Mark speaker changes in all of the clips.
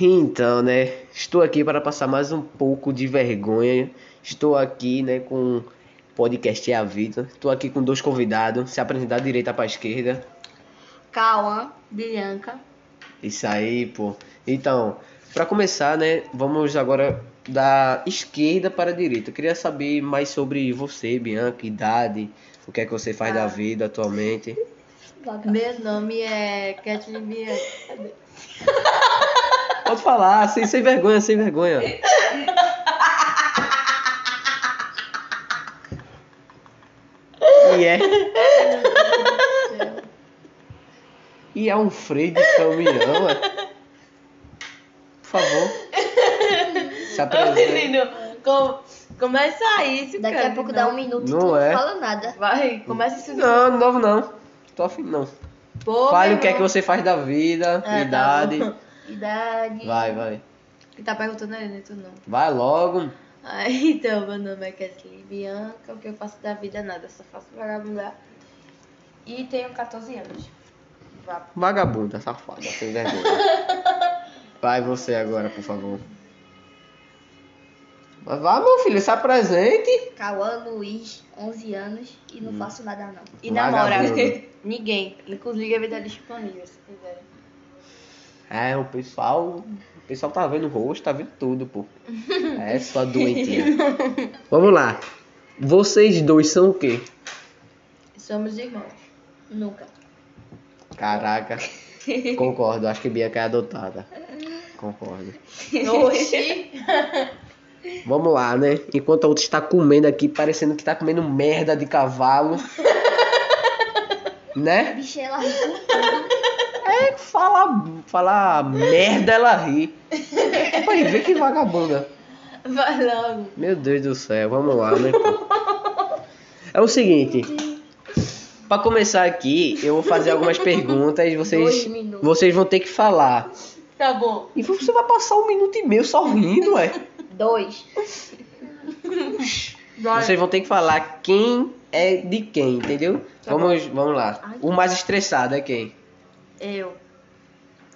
Speaker 1: Então, né? Estou aqui para passar mais um pouco de vergonha. Estou aqui, né, com o podcast É a Vida. Estou aqui com dois convidados. Se apresentar da direita para esquerda.
Speaker 2: Cauã, Bianca.
Speaker 1: Isso aí, pô. Então, para começar, né, vamos agora da esquerda para a direita. Eu queria saber mais sobre você, Bianca, idade, o que é que você faz da vida atualmente.
Speaker 2: Meu nome é Kathleen Bianca.
Speaker 1: Pode falar, sem, sem vergonha, sem vergonha. E é. E é um freio de caminhão, ué. Por favor. Se
Speaker 3: Ô,
Speaker 1: apresente.
Speaker 3: menino, com- começa aí, se
Speaker 2: Daqui a
Speaker 3: cara,
Speaker 2: pouco
Speaker 3: não.
Speaker 2: dá um minuto e tu
Speaker 1: Não
Speaker 2: não
Speaker 1: é.
Speaker 2: fala nada.
Speaker 3: Vai, começa isso.
Speaker 1: Não, de novo não. Tô afim, não.
Speaker 3: Pô,
Speaker 1: Fale
Speaker 3: meu
Speaker 1: o que é que
Speaker 3: irmão.
Speaker 1: você faz da vida,
Speaker 3: É, tá
Speaker 1: idade.
Speaker 3: bom.
Speaker 2: Idade.
Speaker 1: Vai, vai.
Speaker 3: Que tá perguntando aí, né? Tu não.
Speaker 1: Vai logo.
Speaker 3: Ah, então, meu nome é Kathleen Bianca. O que eu faço da vida? Nada, só faço vagabundar. E tenho 14 anos. Vá.
Speaker 1: Vagabunda, safada, sem vergonha. Vai você agora, por favor. Mas vá, meu filho, se apresente.
Speaker 2: Cauã Luiz, 11 anos e
Speaker 1: Hum.
Speaker 2: não faço nada não.
Speaker 3: E namora.
Speaker 1: Vagabundo.
Speaker 3: Ninguém. Inclusive, a vida é disponível, se quiserem.
Speaker 1: É, o pessoal. O pessoal tá vendo o rosto, tá vendo tudo, pô. É, sua doentinha. Vamos lá. Vocês dois são o quê?
Speaker 3: Somos irmãos.
Speaker 2: Nunca.
Speaker 1: Caraca. Concordo, acho que Bianca é adotada. Concordo.
Speaker 3: Oxi.
Speaker 1: Vamos lá, né? Enquanto a outra está comendo aqui, parecendo que tá comendo merda de cavalo.
Speaker 2: A
Speaker 1: né?
Speaker 2: bicha ela é um, ri com tudo.
Speaker 1: É, Fala, fala merda, ela ri. Pai, vê que vagabunda.
Speaker 3: Vai logo.
Speaker 1: Meu Deus do céu, vamos lá, né? pô? É o seguinte. Pra começar aqui, eu vou fazer algumas perguntas e vocês,
Speaker 2: Dois minutos.
Speaker 1: vocês vão ter que falar.
Speaker 3: Tá bom.
Speaker 1: E você vai passar um minuto e meio só rindo, ué.
Speaker 2: Dois.
Speaker 3: Vai.
Speaker 1: Vocês vão ter que falar quem é de quem, entendeu? vamos, vamos lá.
Speaker 2: Tá Ai.
Speaker 1: O mais estressado é quem?
Speaker 3: Eu.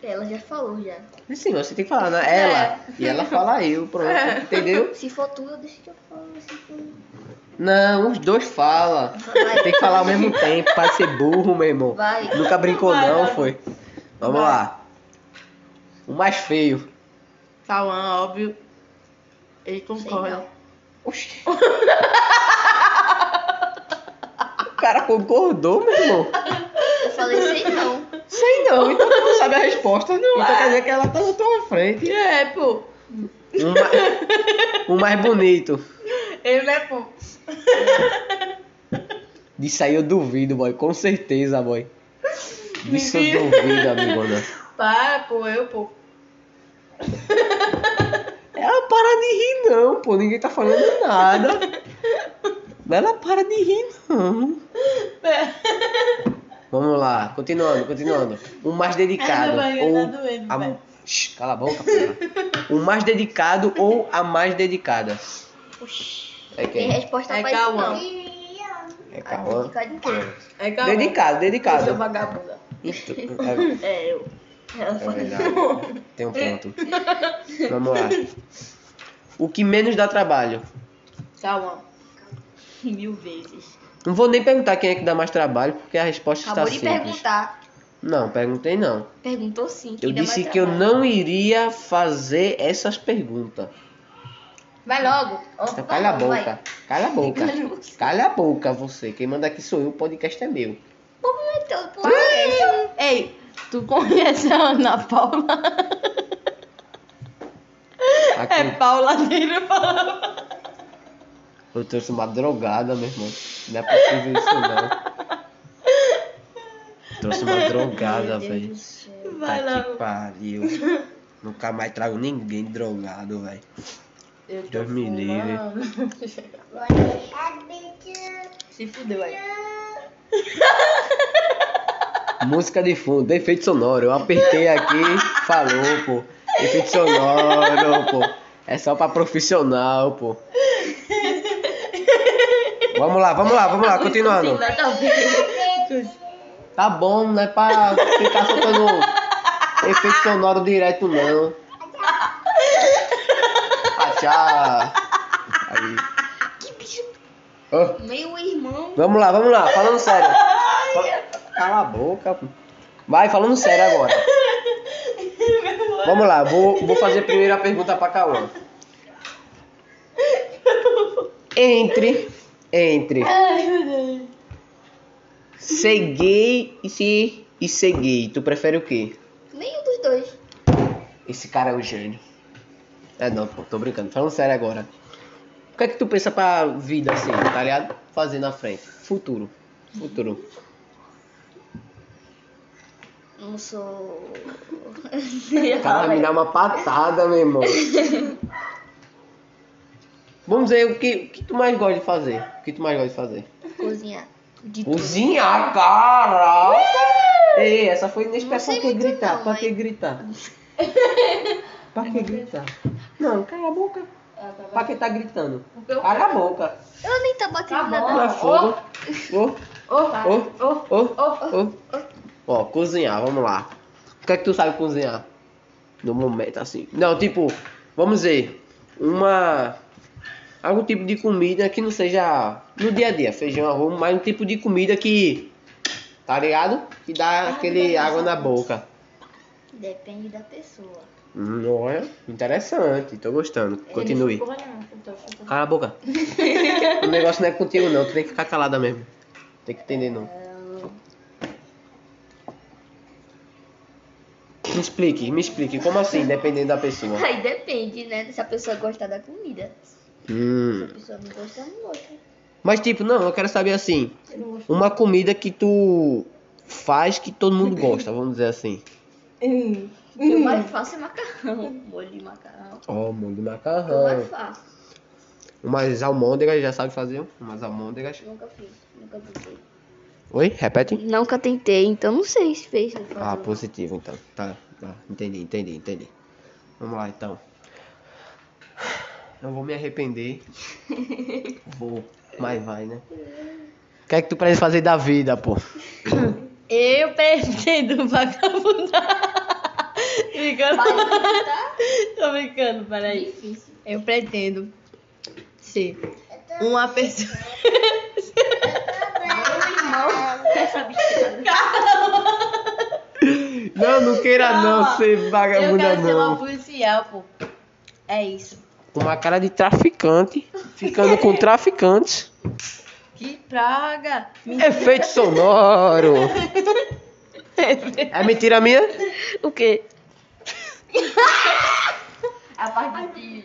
Speaker 2: Ela já falou já.
Speaker 1: Sim, você tem que falar, né?
Speaker 2: É.
Speaker 1: Ela. E ela fala eu, pronto. Entendeu?
Speaker 2: Se for tu, eu deixo que eu falo. Se for...
Speaker 1: Não, os dois falam.
Speaker 2: Vai.
Speaker 1: Tem que falar ao mesmo tempo, para ser burro, meu irmão.
Speaker 2: Vai.
Speaker 1: Nunca brincou
Speaker 3: Vai,
Speaker 1: não,
Speaker 3: vai.
Speaker 1: foi. Vamos
Speaker 3: Vai.
Speaker 1: lá. O mais feio.
Speaker 3: Cauã, óbvio. Ele
Speaker 2: Sei
Speaker 3: concorda.
Speaker 2: não.
Speaker 1: Oxi. o cara concordou, meu irmão.
Speaker 2: Eu falei sei não.
Speaker 1: Sei não, então tu não sabe a resposta. então quer dizer que ela tá na tua frente.
Speaker 3: É, pô.
Speaker 1: O mais, o mais bonito.
Speaker 3: Ele é pô.
Speaker 1: Disso aí eu duvido, boy. Com certeza, boy. Disso eu
Speaker 3: Mentira.
Speaker 1: duvido, amigona.
Speaker 3: Para, pô, eu, pô.
Speaker 1: Ela para É de rir, não, pô. Ninguém tá falando nada. Mas ela para de rir, não.
Speaker 3: É.
Speaker 1: Vamos lá, continuando, continuando. O mais dedicado.
Speaker 3: Ai, meu
Speaker 1: ou
Speaker 3: barriga tá doendo,
Speaker 1: a...
Speaker 3: vai.
Speaker 1: Shh, cala a boca, porra. O mais dedicado ou a mais dedicada? É
Speaker 2: Tem
Speaker 1: quem?
Speaker 2: resposta
Speaker 3: É
Speaker 2: pra
Speaker 3: Cauã.
Speaker 2: isso
Speaker 1: É
Speaker 2: não.
Speaker 1: Cauã.
Speaker 2: Fica de quem?
Speaker 3: É calma.
Speaker 1: Dedicado,
Speaker 3: Eu sou
Speaker 1: dedicado.
Speaker 3: vagabunda.
Speaker 1: Então, é-
Speaker 3: É, eu. Ela
Speaker 1: É
Speaker 3: fala.
Speaker 1: verdade. Tem um ponto. Vamos lá. O que menos dá trabalho?
Speaker 3: Calma. Mil vezes.
Speaker 1: Não vou nem perguntar quem é que dá mais trabalho, porque a resposta
Speaker 2: Acabou de
Speaker 1: está simples.
Speaker 2: perguntar.
Speaker 1: Não, perguntei não.
Speaker 2: Perguntou sim.
Speaker 1: Eu
Speaker 2: dá
Speaker 1: disse
Speaker 2: mais
Speaker 1: que eu
Speaker 2: trabalho.
Speaker 1: não iria fazer essas perguntas.
Speaker 2: Vai logo. Ó,
Speaker 1: Então,
Speaker 2: vai
Speaker 1: cala a
Speaker 2: logo, vai.
Speaker 1: boca. Cala a boca.
Speaker 2: Cala você.
Speaker 1: Cala a boca, você. Quem manda aqui sou eu, o podcast é meu.
Speaker 2: Como é né? teu podcast?
Speaker 3: Ei, tu conhece a Ana Paula? É
Speaker 2: É,
Speaker 1: Aqui,
Speaker 3: Paula Neira falando.
Speaker 1: eu trouxe uma drogada, meu irmão. Não é possível isso, não. Trouxe uma drogada,
Speaker 2: Meu Deus
Speaker 1: velho.
Speaker 2: do céu.
Speaker 3: Vai
Speaker 1: Tá
Speaker 3: logo.
Speaker 1: que pariu. Nunca mais trago ninguém drogado, velho.
Speaker 3: Eu tô
Speaker 1: Deus me livre.
Speaker 3: fumando. Se fudeu é. aí.
Speaker 1: Música de fundo, efeito sonoro. Eu apertei aqui, falou, pô. Efeito sonoro, pô. É só pra profissional, pô. Vamos lá, vamos lá, vamos lá, continuando.
Speaker 3: Continua, talvez.
Speaker 1: Tá bom, não é pra ficar soltando efeito sonoro direto, não. tchau. Aí.
Speaker 2: Que bicho.
Speaker 1: Ô,
Speaker 2: Meu irmão.
Speaker 1: vamos lá, vamos lá, falando sério. Fa- Cala a boca. pô. Vai, falando sério agora. Vamos lá, vou, vou fazer primeiro a pergunta pra Cauã. Entre, entre
Speaker 3: Ai, meu Deus.
Speaker 1: ser gay e ser, e ser gay, tu prefere o quê?
Speaker 2: Nenhum dos dois.
Speaker 1: Esse cara é um gênio. É não, pô, tô brincando. Falando sério agora. O que é que tu pensa pra vida assim, tá ligado? Fazer na frente. Futuro. Futuro.
Speaker 2: Não sou.
Speaker 1: O cara vai me dar uma patada, meu irmão. Vamos ver o que, o que tu mais gosta de fazer. O que tu mais gosta de fazer?
Speaker 2: Cozinhar. De tudo.
Speaker 1: Cozinhar, caraca! Ei, essa foi inesperada.
Speaker 2: Não sei
Speaker 1: Pra que
Speaker 2: muito
Speaker 1: gritar?
Speaker 2: não,
Speaker 1: pra
Speaker 2: mas-
Speaker 1: que gritar? pra que gritar? Não, cala a boca.
Speaker 2: Ah,
Speaker 3: Ela tava-
Speaker 1: Pra que tá gritando?
Speaker 3: Eu-
Speaker 1: Cala a boca.
Speaker 2: Eu nem tô batendo
Speaker 3: Tá bom.
Speaker 2: nada.
Speaker 1: Não é fogo. Ô,
Speaker 3: Opa,
Speaker 1: ô,
Speaker 3: oh,
Speaker 1: ô, ô. Ó, cozinhar, vamos lá. O que é que tu sabe cozinhar? No momento assim. Não, tipo, vamos dizer, uma. Algum tipo de comida que não seja no dia a dia, feijão, arroz, mas um tipo de comida que. Tá ligado? Que dá aquele água na boca.
Speaker 2: Depende da pessoa.
Speaker 1: Hum, Olha, interessante, tô gostando. Continue. Cala a boca. o negócio não é contigo não, tu tem que ficar calada mesmo. Tem que entender não. Me explique, me explique, como assim, dependendo da pessoa?
Speaker 2: Aí depende, né? Se a pessoa gostar da comida. Se
Speaker 1: Hum.
Speaker 2: a pessoa não gostar, não gosta.
Speaker 1: Mas tipo, não, eu quero saber assim,
Speaker 3: Eu não gosto.
Speaker 1: uma comida que tu faz que todo mundo gosta, vamos dizer assim.
Speaker 3: Hum.
Speaker 2: O que eu mais faço é macarrão. Molho de macarrão.
Speaker 1: Ó, molho de
Speaker 2: O que eu mais
Speaker 1: macarrão.
Speaker 2: faço?
Speaker 1: Umas almôndegas, já sabe fazer? Umas almôndegas.
Speaker 2: Nunca fiz. Nunca tentei.
Speaker 1: Oi, repete.
Speaker 2: Nunca tentei, então não sei se fez.
Speaker 1: Ah, positivo então. Tá, tá. Entendi, entendi, entendi. Vamos lá então. Eu vou me arrepender. vou, mas vai, né? O que é que tu pretende fazer da vida, pô?
Speaker 3: Eu pretendo vagabundar. Brincando. Tô brincando, peraí.
Speaker 2: Tá Difícil.
Speaker 3: Eu pretendo ser uma pessoa.
Speaker 1: Não, não queira não
Speaker 3: Calma.
Speaker 1: ser
Speaker 3: Eu
Speaker 1: vagabunda
Speaker 3: quero ser uma
Speaker 1: não.
Speaker 3: policial, pô. É isso.
Speaker 1: Com uma cara de traficante, ficando com traficantes.
Speaker 3: Que praga!
Speaker 1: Efeito É sonoro. É mentira minha?
Speaker 3: O quê? A parte de.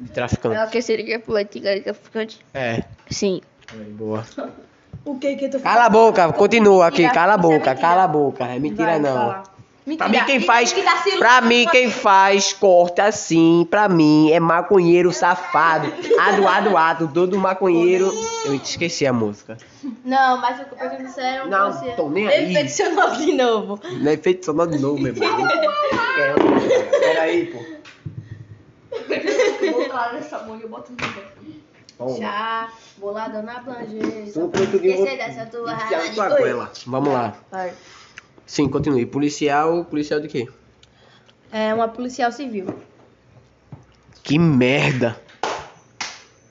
Speaker 1: De traficante.
Speaker 2: quer ser que é política e traficante?
Speaker 1: É.
Speaker 2: Sim.
Speaker 1: Aí, boa.
Speaker 3: O que que eu tô
Speaker 1: Cala a boca, continua aqui,
Speaker 3: Mentira,
Speaker 1: cala a
Speaker 3: isso é
Speaker 1: boca,
Speaker 3: mentira.
Speaker 1: cala a boca. É mentira
Speaker 3: Vai,
Speaker 1: não.
Speaker 3: fala.
Speaker 1: Pra
Speaker 3: Mentira.
Speaker 1: mim quem
Speaker 3: Mentira
Speaker 1: faz,
Speaker 3: que tá se
Speaker 1: pra
Speaker 3: iludindo
Speaker 1: mim
Speaker 3: com
Speaker 1: quem
Speaker 3: você.
Speaker 1: faz corte assim, pra mim é maconheiro safado, ado ado ado, todo maconheiro. Eu esqueci a música.
Speaker 3: Não, mas o que eu pretendo ser é uma
Speaker 1: Não,
Speaker 3: policial.
Speaker 1: tô nem aí.
Speaker 3: Perfeccionou de novo.
Speaker 1: Não é feito sonoro de novo, meu irmão. É, Peraí, pô.
Speaker 2: Eu vou lá nessa mão e eu boto no meu.
Speaker 1: Toma.
Speaker 3: Já, bolada na Blanger.
Speaker 1: Só pra eu
Speaker 2: Esquecer dessa tua
Speaker 1: enfiar na tua
Speaker 2: raiva.
Speaker 1: goela. Vamos lá.
Speaker 3: Vai.
Speaker 1: Sim, continue. Policial, policial de quê?
Speaker 3: É uma policial civil.
Speaker 1: Que merda.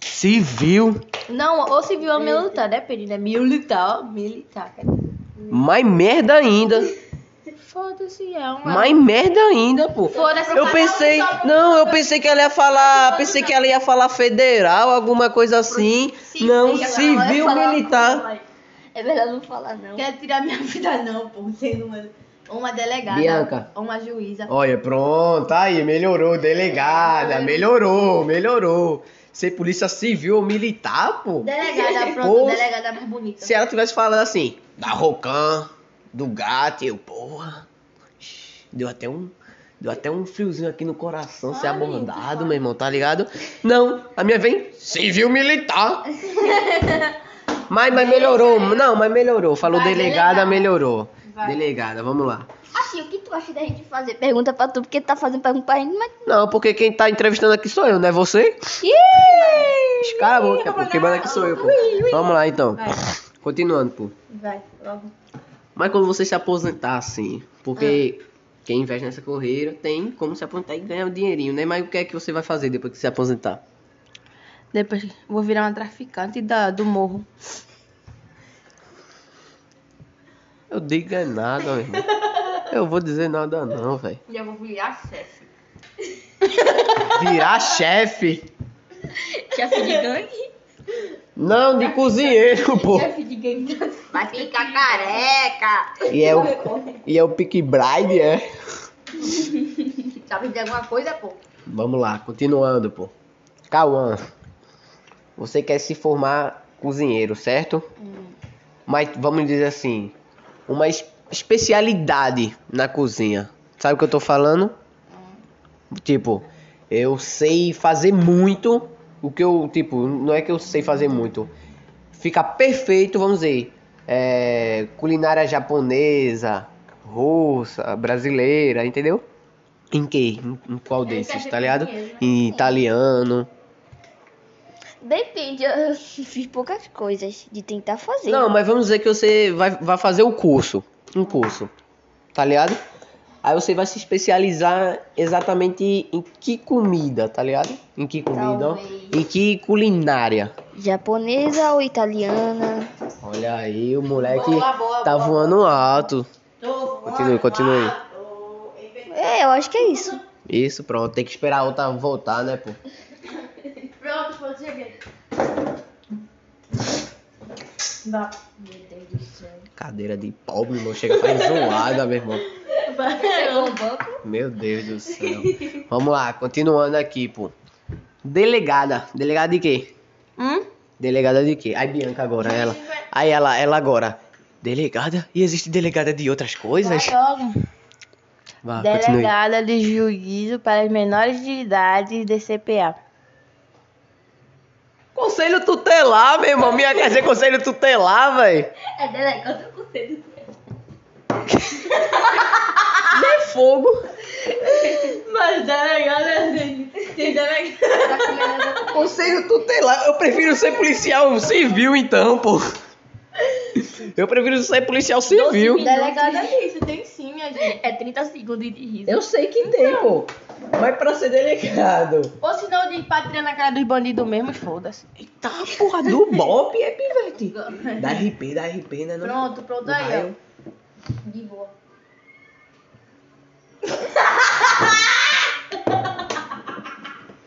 Speaker 1: Civil.
Speaker 3: Não, ou civil ou militar, depende, né? Militar, ó, militar. quer dizer.
Speaker 1: Mais merda ainda.
Speaker 3: Foda-se, é
Speaker 2: um
Speaker 3: uma.
Speaker 1: Mais merda ainda, pô.
Speaker 3: Foda-se,
Speaker 1: Eu pensei, não, eu pensei que ela ia falar, pensei que ela ia falar federal, alguma coisa assim. Não,
Speaker 2: Sim, ela vai
Speaker 1: civil
Speaker 2: falar-
Speaker 1: militar.
Speaker 2: É melhor não falar, não.
Speaker 3: Quer tirar minha vida, não, pô. Sendo uma, uma delegada.
Speaker 1: Bianca.
Speaker 3: Ou uma juíza.
Speaker 1: Olha, pronto, aí, melhorou, delegada, melhorou, melhorou. Ser polícia civil ou militar, pô.
Speaker 3: Delegada, pronto,
Speaker 1: Ou-
Speaker 3: delegada mais bonita.
Speaker 1: Se ela tivesse falando assim, da Rocan, do gato, eu, porra. Deu até um. Deu até um friozinho aqui no coração, ser
Speaker 3: Ai, que
Speaker 1: abordado,
Speaker 3: foda.
Speaker 1: meu irmão, tá ligado? Não, a minha vem civil militar. mas, mas melhorou, não, mas melhorou. Falou
Speaker 3: Vai,
Speaker 1: delegada,
Speaker 3: delegada.
Speaker 1: melhorou.
Speaker 3: Vai.
Speaker 1: Delegada, vamos lá.
Speaker 2: Assim, o que tu acha da gente fazer? Pergunta pra tu, porque tu tá fazendo pergunta pra gente, mas.
Speaker 1: Não, porque quem tá entrevistando aqui sou eu, não é você? Cala a boca, pô, quem manda aqui sou eu, pô. Vamos lá então.
Speaker 3: Vai,
Speaker 1: Continuando, pô.
Speaker 3: vai, logo.
Speaker 1: Mas quando você se aposentar, assim, porque quem investe nessa carreira tem como se aposentar e ganhar um dinheirinho, né? Mas o que é que você vai fazer depois que se aposentar?
Speaker 3: Depois vou virar uma traficante da, do morro.
Speaker 1: Eu digo é nada, meu irmão. Eu vou dizer nada não, velho.
Speaker 3: Já vou virar chefe.
Speaker 1: Virar chefe?
Speaker 2: Chefe de gangue?
Speaker 1: Não, de cozinheiro, pô.
Speaker 2: Chefe de gangue.
Speaker 3: Vai ficar careca.
Speaker 1: E é o, e é o Pick Bride, é?
Speaker 3: Sabe de alguma coisa, pô?
Speaker 1: Vamos lá, continuando, pô. Cauã, você quer se formar cozinheiro, certo?
Speaker 3: Hum.
Speaker 1: Mas vamos dizer assim, uma es- especialidade na cozinha. Sabe o que eu tô falando?
Speaker 3: Hum.
Speaker 1: Tipo, eu sei fazer muito. O que eu, tipo, não é que eu sei fazer muito. Fica perfeito, vamos dizer, é, culinária japonesa, russa, brasileira, entendeu? Em que? Em, em qual
Speaker 2: Ele quer
Speaker 1: desses,
Speaker 2: ser
Speaker 1: tá ligado?
Speaker 2: cozinheiro, né?
Speaker 1: Em italiano.
Speaker 2: Depende, eu fiz poucas coisas de tentar fazer.
Speaker 1: Não, mas vamos dizer que você vai, vai fazer o curso. Um curso. Tá ligado? Aí você vai se especializar exatamente em que comida, tá ligado? Em que comida? ó.
Speaker 3: Talvez.
Speaker 1: Em que culinária.
Speaker 2: Japonesa ou italiana?
Speaker 1: Olha aí, o moleque
Speaker 3: Boa, boa,
Speaker 1: tá
Speaker 3: boa.
Speaker 1: voando alto.
Speaker 3: Tô
Speaker 1: Continue, continue.
Speaker 2: É, eu acho que é isso.
Speaker 1: Isso, pronto. Tem que esperar a outra voltar, né, pô?
Speaker 3: Pronto, pronto, cheguei.
Speaker 2: Meu Deus do céu.
Speaker 1: Cadeira de pau, meu irmão. Chega faz zoada, meu irmão.
Speaker 3: é
Speaker 2: Chegou um banco?
Speaker 1: Meu Deus do céu. Vamos lá, continuando aqui, pô. Delegada. Delegada de quê?
Speaker 3: Hum?
Speaker 1: Delegada de quê? Aí Bianca agora, ela. Aí ela, ela agora. Delegada? E existe delegada de outras coisas? Vá, Ah, continue.
Speaker 3: Delegada de juízo para os menores de idade de CPA.
Speaker 1: Conselho tutelar, meu irmão. Minha quer dizer conselho tutelar, velho.
Speaker 2: É delegado do conselho.
Speaker 1: É fogo.
Speaker 3: Mas delegada tem, tem delegada.
Speaker 1: Conselho tutelar. Eu prefiro ser policial civil, então, pô. Eu prefiro ser policial civil.
Speaker 3: Delegada disso, tem sim, minha gente.
Speaker 2: É 30 segundos de riso.
Speaker 1: Eu sei que tem,
Speaker 3: Então.
Speaker 1: pô. Mas pra ser delegado.
Speaker 3: Ou senão de patria na cara dos bandidos mesmo, foda-se.
Speaker 1: Eita, porra, do Bop é pivete. Da RP, da RP, né? Não?
Speaker 3: Pronto, pronto
Speaker 1: Do
Speaker 3: aí.
Speaker 1: raio.
Speaker 3: ó.
Speaker 2: De boa.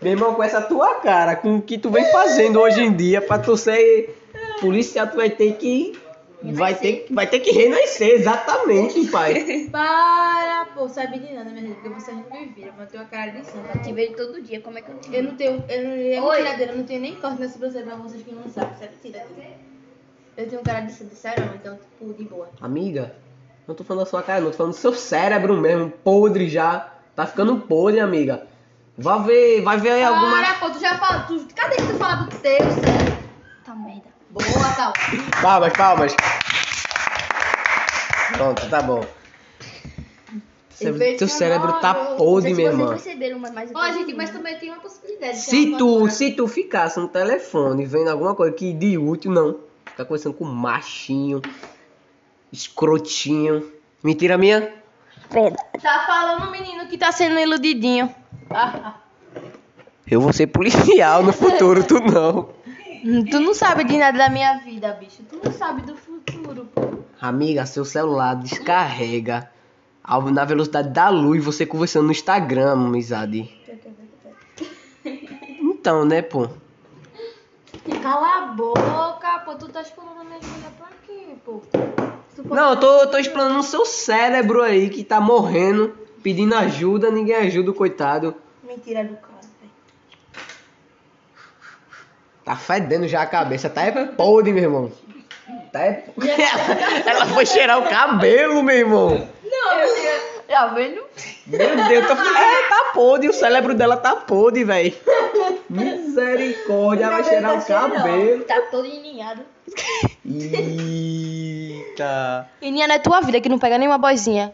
Speaker 1: Meu irmão, com essa tua cara, com o que tu vem fazendo hoje em dia, pra tu ser policial, tu vai ter que. Vai ter, vai ter que renascer, exatamente, pai.
Speaker 3: Para, pô, sabe de nada, minha gente, porque vocês não me viram, mas eu tenho a cara de santa.
Speaker 2: Eu te vejo todo dia, como é que eu te
Speaker 3: Eu não tenho. Eu não, é
Speaker 2: Oi.
Speaker 3: brincadeira, eu não tenho nem corte na sobrancelha pra vocês que não sabem. Sabe, tira, tira. Eu tenho cara de santa, sério, então, tipo, de boa.
Speaker 1: Amiga, não tô falando da sua cara, não, tô falando do seu cérebro mesmo, podre já. Tá ficando podre, amiga. Vai ver, vai ver aí alguma.
Speaker 3: Para, pô, tu já fala. Tu, cadê que tu fala do teu, sério?
Speaker 2: Tá merda.
Speaker 3: Boa, tal.
Speaker 1: Palmas, palmas. Pronto, tá bom. Seu- Teu cérebro tá podre,
Speaker 2: Não sei se
Speaker 1: minha
Speaker 2: vocês
Speaker 1: irmã.
Speaker 2: perceberam, mas mais um
Speaker 3: Ó, gente, mas também tem uma possibilidade. de ter
Speaker 1: Se
Speaker 3: uma
Speaker 1: tu,
Speaker 3: fatura.
Speaker 1: se tu ficasse no telefone vendo alguma coisa que de útil, não. Ficar conversando com machinho, escrotinho. Mentira minha?
Speaker 3: Tá falando o menino que tá sendo iludidinho. Ah,
Speaker 1: Eu vou ser policial no futuro, tu não.
Speaker 3: tu não sabe de nada da minha vida, bicho. Tu não sabe do futuro, pô.
Speaker 1: Amiga, seu celular descarrega ao- na velocidade da luz, você conversando no Instagram, amizade. Então, né, pô?
Speaker 3: Cala a boca, pô. Tu tá explorando a minha vida pra quê, pô? Tu pode-
Speaker 1: Não, eu tô, eu tô explanando o seu cérebro aí que tá morrendo, pedindo ajuda, ninguém ajuda o coitado.
Speaker 3: Mentira do cara, velho.
Speaker 1: Tá fedendo já a cabeça, tá é podre, meu irmão. Tá é... Ela foi cheirar o cabelo, meu irmão.
Speaker 3: Não, eu tenho... Já vendo?
Speaker 1: Meu Deus, tá... É, tá podre, o cérebro dela tá podre, velho. Misericórdia, vai cheirar o cabelo.
Speaker 2: Tá todo enlinhado.
Speaker 1: Eita.
Speaker 3: E Nia, não é tua vida que não pega nenhuma boizinha.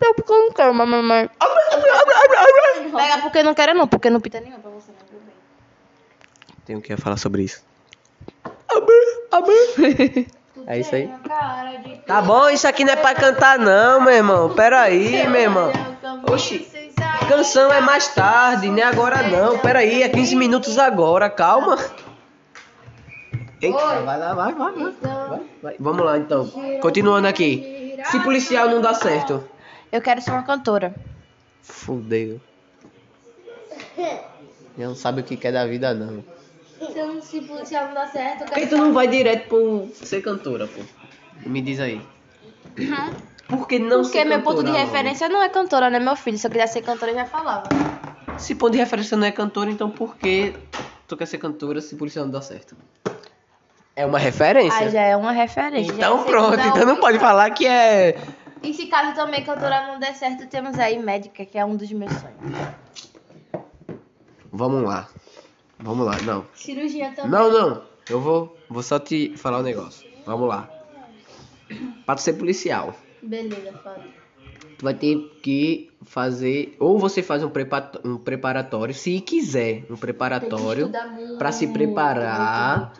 Speaker 4: Não, porque eu não quero uma mamãe.
Speaker 3: Pega porque não quero, não, porque não pita nenhuma pra você, não.
Speaker 1: Tenho que falar sobre isso.
Speaker 2: Tu
Speaker 1: É isso aí.
Speaker 3: Cara de
Speaker 1: Tá bom, isso aqui não é pra cantar não, meu irmão. Pera aí, meu irmão. Oxi. Canção é mais tarde, nem agora não. Pera aí, é 15 minutos agora, calma. Eita, vai lá, vai, vai, vai, vai, vai. Vamos lá então. Continuando aqui. Se policial não dá certo.
Speaker 4: Eu quero ser uma cantora.
Speaker 1: Fudeu. Não sabe o que quer da vida não.
Speaker 3: Se eu não um se policial não dá certo, eu
Speaker 1: Por que
Speaker 3: quero
Speaker 1: tu não vai direto pro ser cantora, pô? Me diz aí. Por que não
Speaker 4: Porque
Speaker 1: ser
Speaker 4: meu ponto de
Speaker 1: cantora,
Speaker 4: referência não é cantora, né, meu filho? Se eu quisesse ser cantora, eu já falava.
Speaker 1: mano? Se ponto de referência não é cantora, então por que tu quer ser cantora se policial não dá certo? É uma referência?
Speaker 4: Ah, já é uma referência.
Speaker 1: Então pronto,
Speaker 3: segunda
Speaker 1: então não pode falar que é.
Speaker 3: E se caso também cantora não der certo, temos aí médica, que é um dos meus sonhos.
Speaker 1: Vamos lá. Vamos lá, não.
Speaker 3: Cirurgia
Speaker 4: Então
Speaker 1: Não,
Speaker 3: também.
Speaker 1: não. Eu vou, vou só te falar um negócio. Vamos lá. Pra tu ser policial,
Speaker 3: Beleza, Fábio.
Speaker 1: tu vai ter que fazer. Ou você faz um, prepa- um preparatório, se quiser, um preparatório
Speaker 3: estudar muito,
Speaker 1: pra se preparar.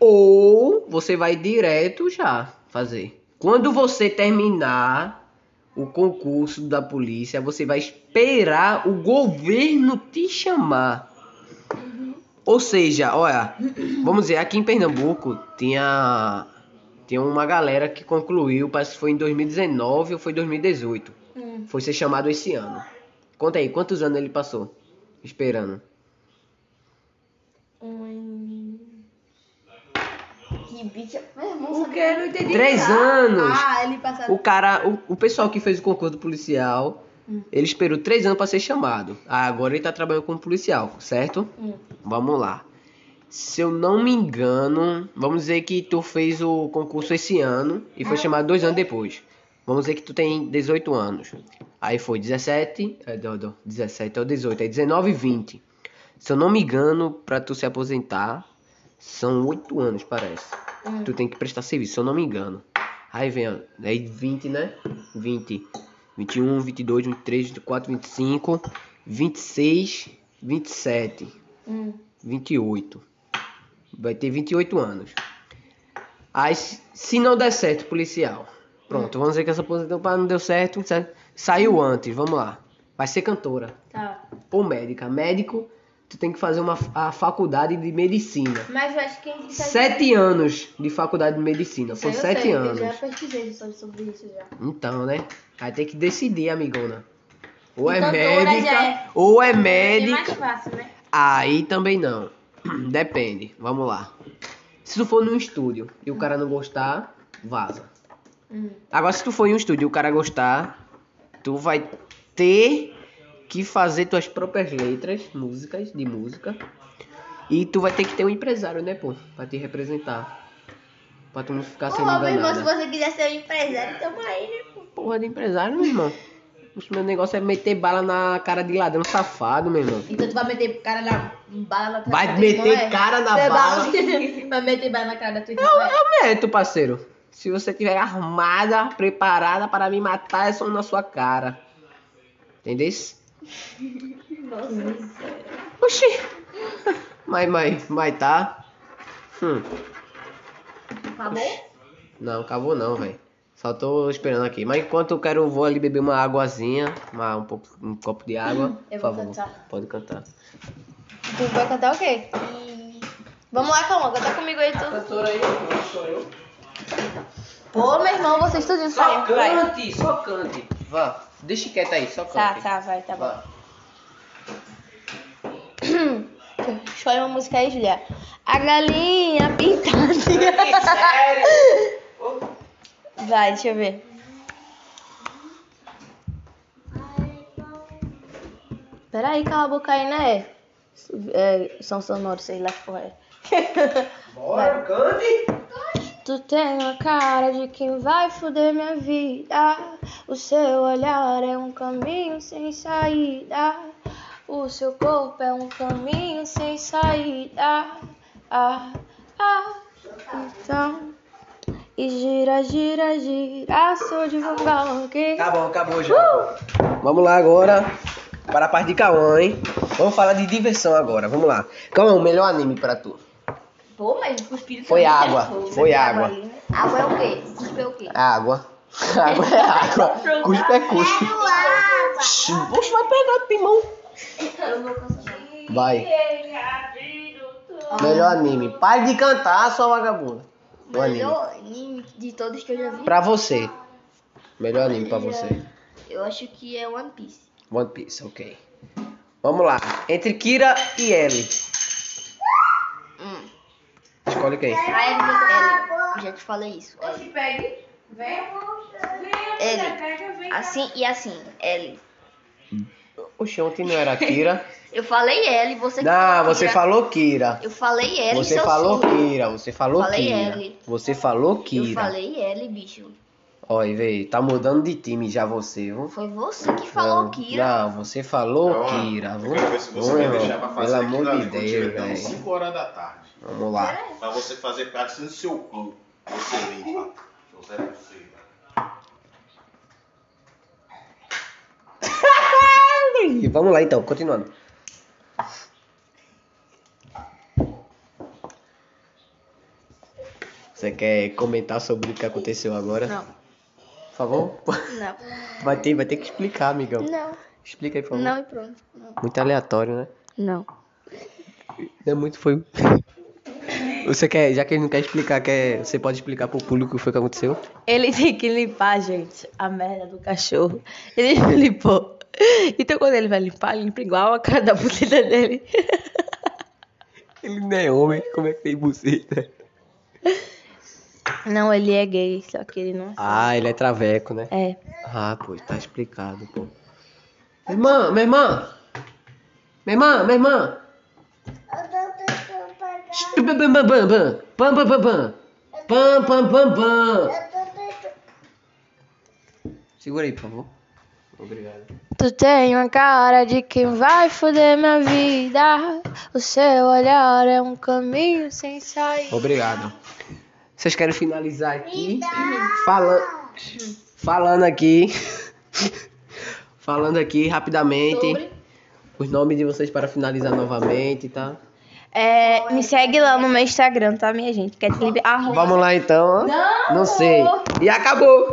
Speaker 1: Ou você vai direto já fazer. Quando você terminar o concurso da polícia, você vai esperar o governo te chamar. Ou seja, olha, vamos dizer, aqui em Pernambuco tinha, tinha uma galera que concluiu, parece que foi em 2019 ou foi 2018. Foi ser chamado esse ano. Conta aí, quantos anos ele passou esperando?
Speaker 3: Que bicha. Meu irmão, sabe-
Speaker 1: eu não entendi. Tá. Três anos!
Speaker 3: Ah, ele passava.
Speaker 1: O cara, o, o pessoal que fez o concurso do policial,
Speaker 3: Hum.
Speaker 1: ele esperou três anos pra ser chamado. Ah, agora ele tá trabalhando como policial, certo?
Speaker 3: Hum.
Speaker 1: Vamos lá. Se eu não me engano, vamos dizer que tu fez o concurso esse ano e
Speaker 3: Ah.
Speaker 1: foi chamado dois anos depois. Vamos dizer que tu tem 18 anos. Aí foi 17, é, do, do, 17 ou 18, é 19 e 20. Se eu não me engano, pra tu se aposentar, são oito anos, parece. Tu tem que prestar serviço, se eu não me engano. Aí vem, ó, aí 20, né? 20, 21, 22, 23, 24, 25, 26, 27, 28. Vai ter 28 anos. Aí, se se não der certo, policial. Pronto, vamos dizer que essa posição pá, não deu certo, certo. Saiu antes, vamos lá. Vai ser cantora.
Speaker 3: Tá.
Speaker 1: Ou médica. Médico, tu tem que fazer uma, fa- a faculdade de medicina.
Speaker 3: Mas eu acho que quem quiser.
Speaker 1: Sete anos de faculdade de medicina. Foi
Speaker 3: Eu
Speaker 1: sete
Speaker 3: sei,
Speaker 1: anos.
Speaker 3: Eu já pesquisei sobre, sobre isso já.
Speaker 1: Então, né? Vai ter que decidir, amigona. Ou é
Speaker 3: Então, doutora
Speaker 1: médica,
Speaker 3: já é.
Speaker 1: ou é
Speaker 3: É
Speaker 1: médica.
Speaker 3: mais fácil, né?
Speaker 1: Aí também não. Depende. Vamos lá. Se tu for num estúdio e o cara não gostar, vaza.
Speaker 3: Hum.
Speaker 1: Agora, se tu for em um estúdio e o cara gostar, tu vai ter que fazer tuas próprias letras, músicas, de música. E tu vai ter que ter um empresário, né, pô? Pra te representar. Pra tu não ficar
Speaker 3: Ô,
Speaker 1: sendo
Speaker 3: meu irmão,
Speaker 1: enganado.
Speaker 3: se você quiser ser empresário, tamo aí, né? pô?
Speaker 1: Porra de empresário, meu irmão. O meu negócio é meter bala na cara de ladrão safado, meu irmão.
Speaker 3: Então tu vai meter pro cara na um bala na
Speaker 1: Vai
Speaker 3: cara do
Speaker 1: meter
Speaker 3: irmão, é?
Speaker 1: cara na
Speaker 3: Você
Speaker 1: bala.
Speaker 3: vai- Vai meter bala na cara da tua irmã. é?
Speaker 1: Eu meto, parceiro. Se você tiver armada, preparada para me matar, é só na sua cara. Entendeu? Oxi. Mas, mas, mas tá. Hum.
Speaker 3: Acabou?
Speaker 1: Não, acabou não, velho. Só tô esperando aqui. Mas enquanto eu quero, eu vou ali beber uma águazinha, uma, um, pouco- um copo de água.
Speaker 3: Eu
Speaker 1: Por
Speaker 3: vou
Speaker 1: favor,
Speaker 3: cantar.
Speaker 1: pode cantar.
Speaker 4: Tu vai cantar o quê?
Speaker 3: Vamos lá, calma, canta comigo aí tudo.
Speaker 1: Cantora aí, sou eu.
Speaker 3: Ô, meu irmão, você estuda isso
Speaker 1: Só
Speaker 3: aí. Vai.
Speaker 1: cante, só cante. Vá, deixa quieto aí, só
Speaker 3: Tá,
Speaker 1: cante.
Speaker 3: tá, vai, tá bom.
Speaker 1: Vá.
Speaker 3: Escolhe uma música aí, Julia. A galinha pintada.
Speaker 1: Sério?
Speaker 3: Vai, deixa eu ver. Peraí, cala a boca aí, né? É, são sonoros, sei lá que porra é.
Speaker 1: Bora, cante.
Speaker 3: Tu tem a cara de quem vai foder minha vida. O seu olhar é um caminho sem saída. O seu corpo é um caminho sem saída. Ah, ah, então. E gira, gira, gira, seu devagar. ok?
Speaker 1: Tá bom, acabou já. Vamos lá agora para a parte de Cauã, hein? Vamos falar de diversão agora, vamos lá. Cauã, o melhor anime pra tu.
Speaker 3: Pô, mas o espírito
Speaker 1: Foi água, foi água.
Speaker 2: Água é o quê? Cuspe é o quê?
Speaker 1: Água. Água é água. Cuspe é cuspe.
Speaker 2: água!
Speaker 1: Shhh, Oxe, vai pegar, timão.
Speaker 2: Eu vou cantar.
Speaker 1: Vai. Melhor anime. Pare de cantar, sua vagabunda. O anime.
Speaker 2: Melhor anime de todos que eu já vi,
Speaker 1: Pra você. Melhor anime pra você.
Speaker 2: eu acho que é One Piece.
Speaker 1: One Piece, ok. Vamos lá. Entre Kira e Ellie.
Speaker 2: Hum.
Speaker 1: Escolhe quem?
Speaker 2: Ah, é Ellie, eu já te falei isso. Ellie.
Speaker 5: Pegue, vem.
Speaker 2: Ellie.
Speaker 5: Pega, vem.
Speaker 2: Assim e assim, Ellie.
Speaker 1: Oxe, ontem não era Kira.
Speaker 2: Eu falei Ellie, você que
Speaker 1: Não, você
Speaker 2: Kira.
Speaker 1: falou Kira.
Speaker 2: Eu falei Ellie,
Speaker 1: Você
Speaker 2: seu
Speaker 1: falou
Speaker 2: surdo.
Speaker 1: Kira, você falou
Speaker 2: Falei
Speaker 1: Kira.
Speaker 2: Ellie.
Speaker 1: Você falou
Speaker 2: Eu
Speaker 1: Kira.
Speaker 2: falei Ellie, bicho.
Speaker 1: Olha, vê, tá mudando de time já você, viu?
Speaker 2: Foi você que falou
Speaker 1: não,
Speaker 2: Kira.
Speaker 1: Não, você falou
Speaker 6: Calma,
Speaker 1: Kira.
Speaker 6: Então, eu
Speaker 1: Vou,
Speaker 6: quero ver se você
Speaker 1: vou,
Speaker 6: vai
Speaker 1: irmão.
Speaker 6: deixar pra fazer
Speaker 1: Pelo
Speaker 6: aquilo
Speaker 1: amor de
Speaker 6: ali quando tiver
Speaker 1: Deus,
Speaker 6: dando
Speaker 1: velho.
Speaker 6: 5 horas da tarde.
Speaker 1: Vamos lá.
Speaker 6: Pra você fazer parte do seu cu. Você limpa. José Pulseira.
Speaker 1: E vamos lá então, continuando. Você quer comentar sobre o que aconteceu agora?
Speaker 4: Não.
Speaker 1: Por favor?
Speaker 4: Não.
Speaker 1: Vai ter, vai ter que explicar, amigão.
Speaker 4: Não.
Speaker 1: Explica aí, por favor.
Speaker 4: Não e pronto.
Speaker 1: Muito aleatório, né?
Speaker 4: Não.
Speaker 1: É muito foi. Você quer, já que ele não quer explicar, quer, você pode explicar pro público o que foi que aconteceu?
Speaker 4: Ele tem que limpar, gente, a merda do cachorro. Ele limpou. Então quando ele vai limpar, ele limpa igual a cara da buceta dele.
Speaker 1: Ele não é homem, como é que tem buceta?
Speaker 4: Não, ele é gay, só que ele não
Speaker 1: Ah, ele é traveco, né?
Speaker 4: é.
Speaker 1: Ah, pô, tá explicado, pô. Minha irmã, minha irmã! Minha irmã, minha irmã! Pam, pam, pam, pam, pam. Pam, pam, pam, pam. Pam, pam, pam, pam. Segura aí, por favor. Obrigado.
Speaker 3: Tu tem uma cara de quem vai foder minha vida. O seu olhar é um caminho sem sair.
Speaker 1: Obrigado. Vocês querem finalizar aqui? Falando, falando aqui. Falando aqui rapidamente. Os nomes de vocês para finalizar novamente, tá?
Speaker 4: É, me segue lá é no meu Instagram, tá, minha gente? Quer te limpar?
Speaker 1: Vamos lá então. Não sei. E acabou.